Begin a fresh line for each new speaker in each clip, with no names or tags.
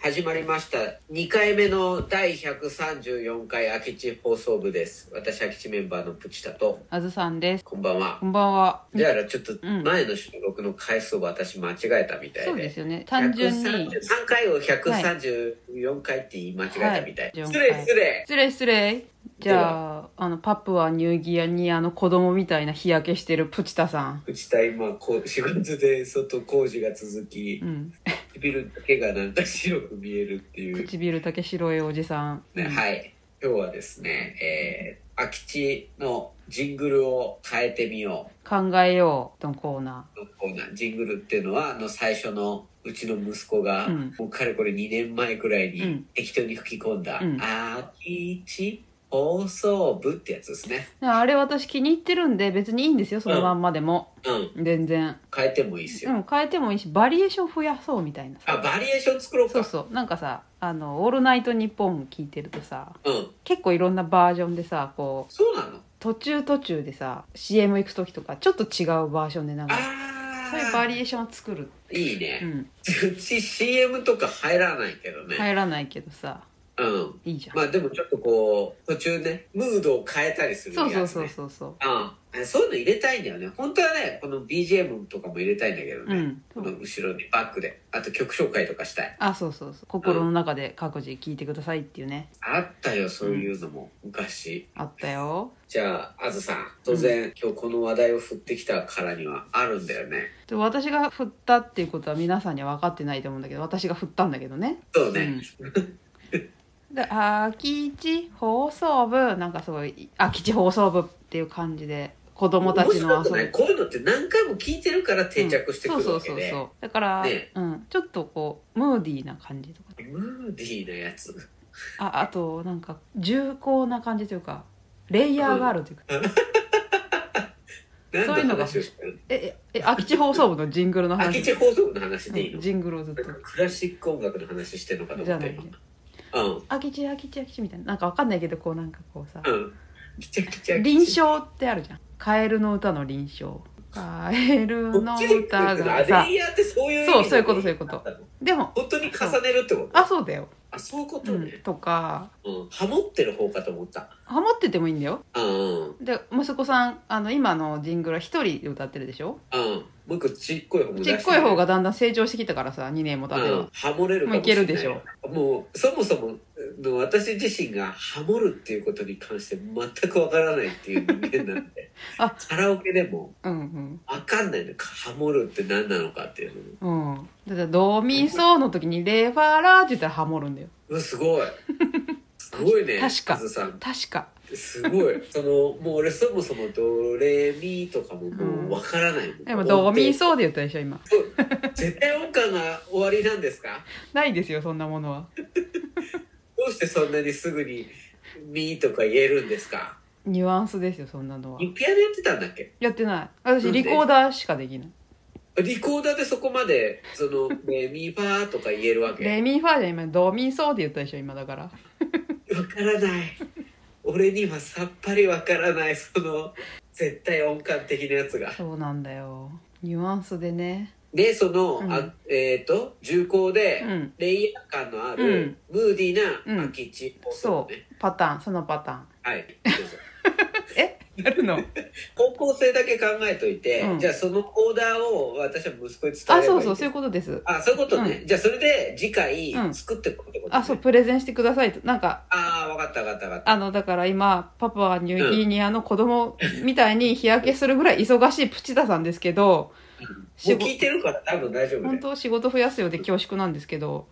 始まりました2回目の第134回空き地放送部です私空き地メンバーのプチタと
あずさんです。
こんばんは
こんばんは。
じゃあちょっと
うん
前の収録の回数を私間違えたみたいで、
そうですよね。単純に。
3回を134回って言い間違えたみたい、
はい
失礼失礼
失礼失礼。じゃあ、あの、パプアニューギアにあの子供みたいな日焼けしてるプチタさん。
うちた今こう仕事で外工事が続き
うん。
唇だけがなんか白く見えるっていう、
唇だけ白いおじさん。
ねはい今日はですね、えー空き地のジングルを変えてみよう
考えようのコーナ
のコーナージングルっていうのはあの最初のうちの息子が、
うん
もうかれこれ2年前くらいうに
ん
適当に吹き込んだ「
うん
あきち放送部」ってやつですね
ー。あれ私気に入ってるんで別にいいんですよ、そのまんまでも。
うん
全然。
変えてもいいです
う
よ、
ん、変えてもいいし、バリエーション増やそうみたいな
あ
さ。
バリエーション作ろう
そう
か
そう。なんかさ、あの、オールナイトニッポン聞いてるとさ、
うん
結構いろんなバージョンでさ、こう、
そうなの
途中途中でさ CM 行く時とかちょっと違うバージョンでなんか
あ
そういうバ
あ
リエーションを作る、
いいうね、
ん、
うち CM とか入らないけどね、
入らないけどさ
うん
いいじゃん、
まあでもちょっとこう途中ねムードを変えたりするや
そ
つ、ね、
うそうそうそうそう
うん、そういうの入れたいんだよね本当はねこの BGM とかも入れたいんだけどね、
うん
この後ろにバックであと曲紹介とかしたい
あそうそうそう心の中で各自聞いてくださいっていうね
あったよそういうのも、昔
あったよ
じゃああずさん当然、今日この話題を振ってきたからにはあるんだよね
で私が振ったっていうことは皆さんには分かってないと思うんだけど私が振ったんだけどね
そうね、
で空き地放送部なんかすごい空き地放送部っていう感じで子供た
面
ち
白
の
く
遊
な
び
いこういうのって何回も聞いてるから定着してくるわけ
うんそうそうそう
で、
そうだから、
ね
うん、ちょっとこうムーディーな感じとか
ムーディーなやつ
ああとなんか重厚な感じというかレイヤーがあるというか、
何の
そういうのが
話をしてるの
えええ空き地放送部のジングルの
空
話
き地放送部の話でいいの、
うんジングルをずっ
な
と
んかクラシック音楽の話してるのかと
じ
思
ゃ
っ
な
た
い
今うん
空き地空き地空き地みたいななんかわかんないけどこうなんかこうさ
うんきちゃきちゃ
臨床ってあるじゃんカエルの歌の臨床カエルの歌が
さ
さ
レイヤーってそういう意味
そうそういうことそういうこと
だったの
でも
本当に重ねるってこと
あそうだよ、
あそういうこ
う
と
ん
ね、、
とか
うん、ハモってる方かと思った
ハモっててもいいんだよ
うんうん
で息子さんあの今のジングルは一人で歌ってるでしょ
うんもう一個ちっこい方も出
ち
して
っこい方がだんだん成長してきたからさ2年も経てば、
うん、ハモれるかもしれ
も
な
う
い
いけるでしょ
もうそもそもの私自身がハモるっていうことに関して全くわからないっていう人間なんで
あ
カラオケでも
うんうん
わかんないのハモるって何なのかっていうの
うん。だって、ドミソの時にレファラーって言ったらハモるんだよ。
うわすごいすごいね
確か
カズさん
確か。
すごい。そのもう俺そもそもドレミとかももうわからないもん。
でも、ドミソで言ったでしょ、今。
絶対音感が終わりなんですか。
ないですよ、そんなものは。
どうしてそんなにすぐにミーとか言えるんですか。
ニュアンスですよ、そんなのは。
ピアノやってたんだっけ。
やってない。
な
私、
んで
リコーダーしかできない。
リコーダーでそこまでそ のレミファーとか言えるわけ。
レミファーじゃ今、ドミソで言ったでしょ、今だから。
わからない。俺にはさっぱりわからないその絶対音感的なやつが。
そうなんだよ。ニュアンスでね。
でその、
うん
あえっ、と重厚で。
うん。
レイヤー感のある、ムーディーな空き地放送
そ
部ね、
う。パターン、そのパターン。
はいどうぞ
えやるの
方向性だけ考えといて、
うん
じゃあそのオーダーを私は息子に伝えればい
あ、
い
そうそう、そういう
う
ことです。
あそういうことね、じゃあそれで次回
うん
作ってくってこと、ね
あ、そう、プレゼンしてくださいと。なんか、
あ分かった分かった分かっ
あの、だから今、パパはニューギニアの子供みたいに日焼けするぐらい忙しいプチタさんですけど、
たもう聞いてるから多分大丈夫
本
で
当仕事増やすようで恐縮なんですけど、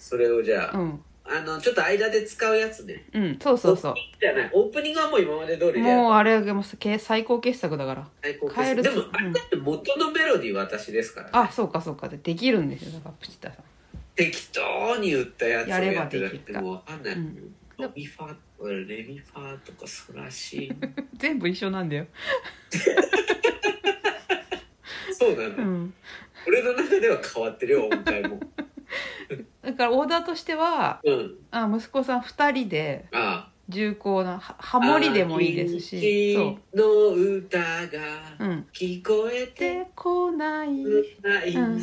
それをじゃあ
う、ん、
あのちょっと間で使うやつね
うん、そうそう
オー
そ
プニングじゃないオープニングはもう今まで通
う。
りで
もうあれがもうけ最高傑作だから。
最高
変え
です
る
でも
うん
あれだって元のメロディー私ですから、
あ、そうかそうか。でできるんですよ、だからプチタさん。
適当に言ったやつを
やれば
やってたっ
でき
て
るか
もう分かんない、
うん
ドミファ俺レミファとかソラシ
全部一緒なんだよ。
そうなの、
うん。
俺の中では変わってるよ音階も
だからオーダーとしては、
うん
あ息子さん2人で
ああ
重厚な、はハモリでもいいですし、そ
秋の歌が
う。うん。
聞こえて
でこない。
ない、
うん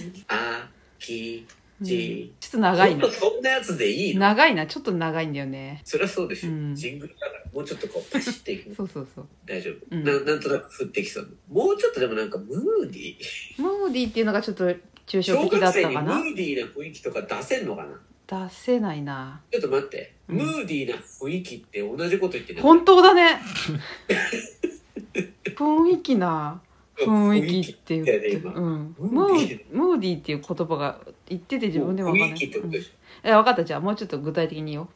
秋
うん
ち
ちょっと長い
ほん
な
とそんなやつでいいの
長いなちょっと長いんだよね
そりゃそうでしょ、
うん
ジングルだからもうちょっとこうパシッていく
そうそうそう
大丈夫、
うん
ななんとなく降ってきそうもうちょっとでもなんかムーディー
ムーディーっていうのがちょっと抽象
小
的
学
だっ
生
た
にム
かな
ーディーな雰囲気とか出せんのかな
出せないな
ちょっと待って、
うん
ムーディーな雰囲気って同じこと言ってない
本当だ ね雰囲気な雰囲気って言って
雰囲気だよね今
うん、ム
ムーディ
ームーディーっていう言葉が言ってて自分でも分か
雰囲
んない、
気って
う
こと
ん
でしょ、
え分かったじゃあもうちょっと具体的に言おう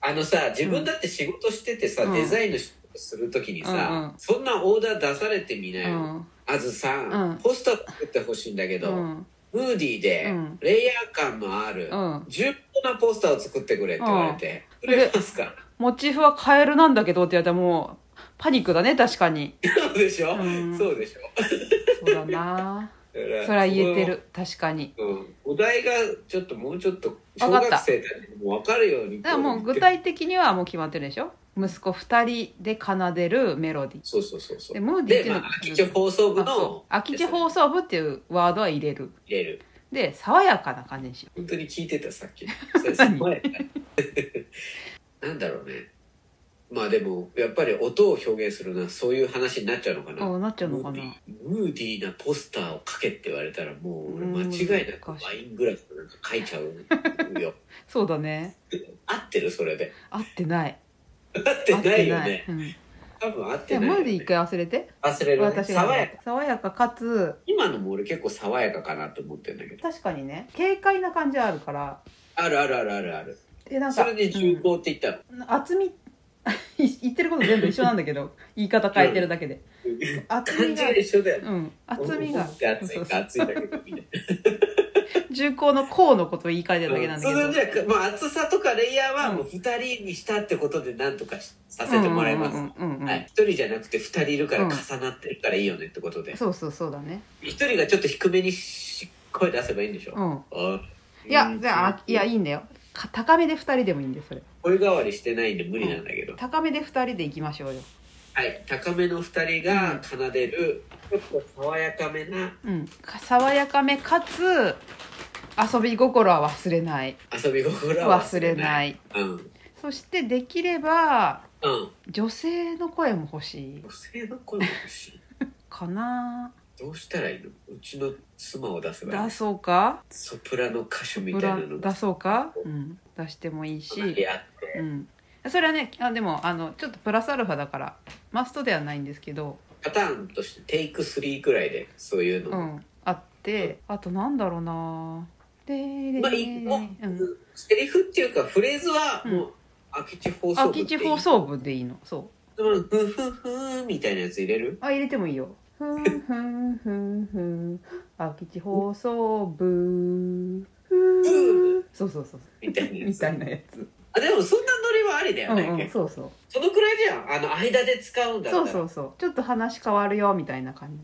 あのさ自分だって仕事しててさ、
うん
デザインの仕事するときにさ、
うんうん
そんなオーダー出されてみな
う
よ、
ん
あずさん、
うん
ポスター作ってほしいんだけ
う
ど、
ん
ムーディーで
うん
レイヤー感のある、
うん
重厚なポスターを作ってくれって言われて、くれますか
モチーフはカエルなんだけどって言われたらもうパニックだね確 かに
そうでしょ、
うん
そうでしょ
そうだな
そ
それは言えてる確かに
うん、お題がちょっともうちょっと小
わか
学
った
生だねもう分かるように
だからもう具体的にはもう決まってるでしょ息子2人で奏でるメロディー
そうそうそうそう
でムー
で、
ディーっていう
ま
の
あ、空き地放送部
あそ
の
う空き地放送部っていうワードは入れる
入れる
で爽やかな感じにしよ
本当に聞いてたさ っきそれすごい なんだろうねまあでもやっぱり音を表現するのはそういう話になっちゃうのか
う
な
あなっちゃうのか
ムーデ
な
ィームーディーなポスターを描けって言われたらもう俺
うん
間違いなく
難しい
ワイングラスなんか描いちゃう よ
そうだね
合ってるそれで
合ってない
合ってないよね
うん、
多分合っ
じ
て
ゃあ
ない
ム
よ、
ーディー一
ね、
回忘れて
忘れる、ね、
私が
爽やか
爽やかかつ
今のも俺結構爽やかかなと思ってんだけど
確かにね軽快な感じはあるから
あるあるあるあるある
でなん
そ
か
れで重厚って言ったの、
うん厚み 言ってること全部一緒なんだけど言い方変えてるだけで厚み
感じ
が
は一緒だよね
うん、厚みが
重くて熱い
そう
か
そう
熱いだけどみたい
重厚の甲のことを言い換えてるだけな
なんそれ
だ
じゃあ、まあ、厚さとかレイヤーはもう2人にしたってことで何とかしさせてもらいます、
けどうんうんうんうんうん
はい、1人じゃなくて2人いるから重なってるからいいよねってことで、
そうそうそうだね、
一人がちょっと低めにし声出せばいいんでしょ、
うん、
あ
いやじゃああいやいいんだよか高めで2人でもいいんだよそれ
声変わりしてないんで無理なんだけど、
高めで2人でいきましょうよ
はい高めの2人が奏でるちょっと爽やかめな
うんか爽やかめかつ遊び心は忘れない
遊び心は
忘れないい
うんうん
そしてできれば女性の声も欲しい
女性の声も欲しい
かな
どうしたらいいのうちの妻を出せばいい
出
の
そうか
ソプラノ歌手みたい
裏
なの
出そうか、うん、出してもいいし、
隣り合って
うん、それはねあでもあのちょっとプラスアルファだからマストではないんですけど、
パターンとしてテイク3くらいでそういう
う
のを、
ん、あってあとなんだろうなでで
まあ一個
うん、
セリフっていうかフレーズはもう、空き地放送
空
部
き
ってい
地
う
放送部でいいのそう
うんふんふんふんみたいなやつ入れる
あ入れてもいいよふんふんふんふん空き地放送部ふうそうそうそう
みたいなや
み
つ
たいなやつ、
あでもそんなノリはありだよ
うん
ね、
うん、そうそう
そのくらいじゃんあの間で使うんだった
そ
ら
うそうそうちょっと話変わるよみたいな感
ね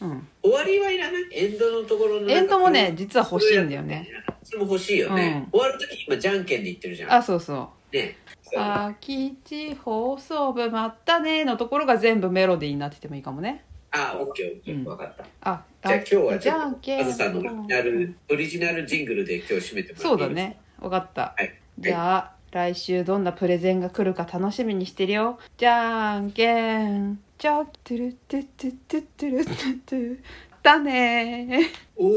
じ、うん、
終わりはいらないエンドのところの
エンドもね実は欲しいんだよね
それも欲しいよね、終わる時今じゃんけんで言ってるじゃん
あそうそう
ねあ
空き地放送部まったねのところが全部メロディーになっててもいいかもね
あオッケーオッケー、
うん
分かった
あ
じゃあ今日はち
じ
ょ
ゃん
っ
け
と
ん
あずさんのオリジナルオリジナルジングルで今日締めてもらっていい
そうだねわかった、
はい
じゃあ来週どんなプレゼンが来るか楽しみにしてるよじゃんけんじゃんてるてってってってるってってだねー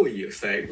多いよ最後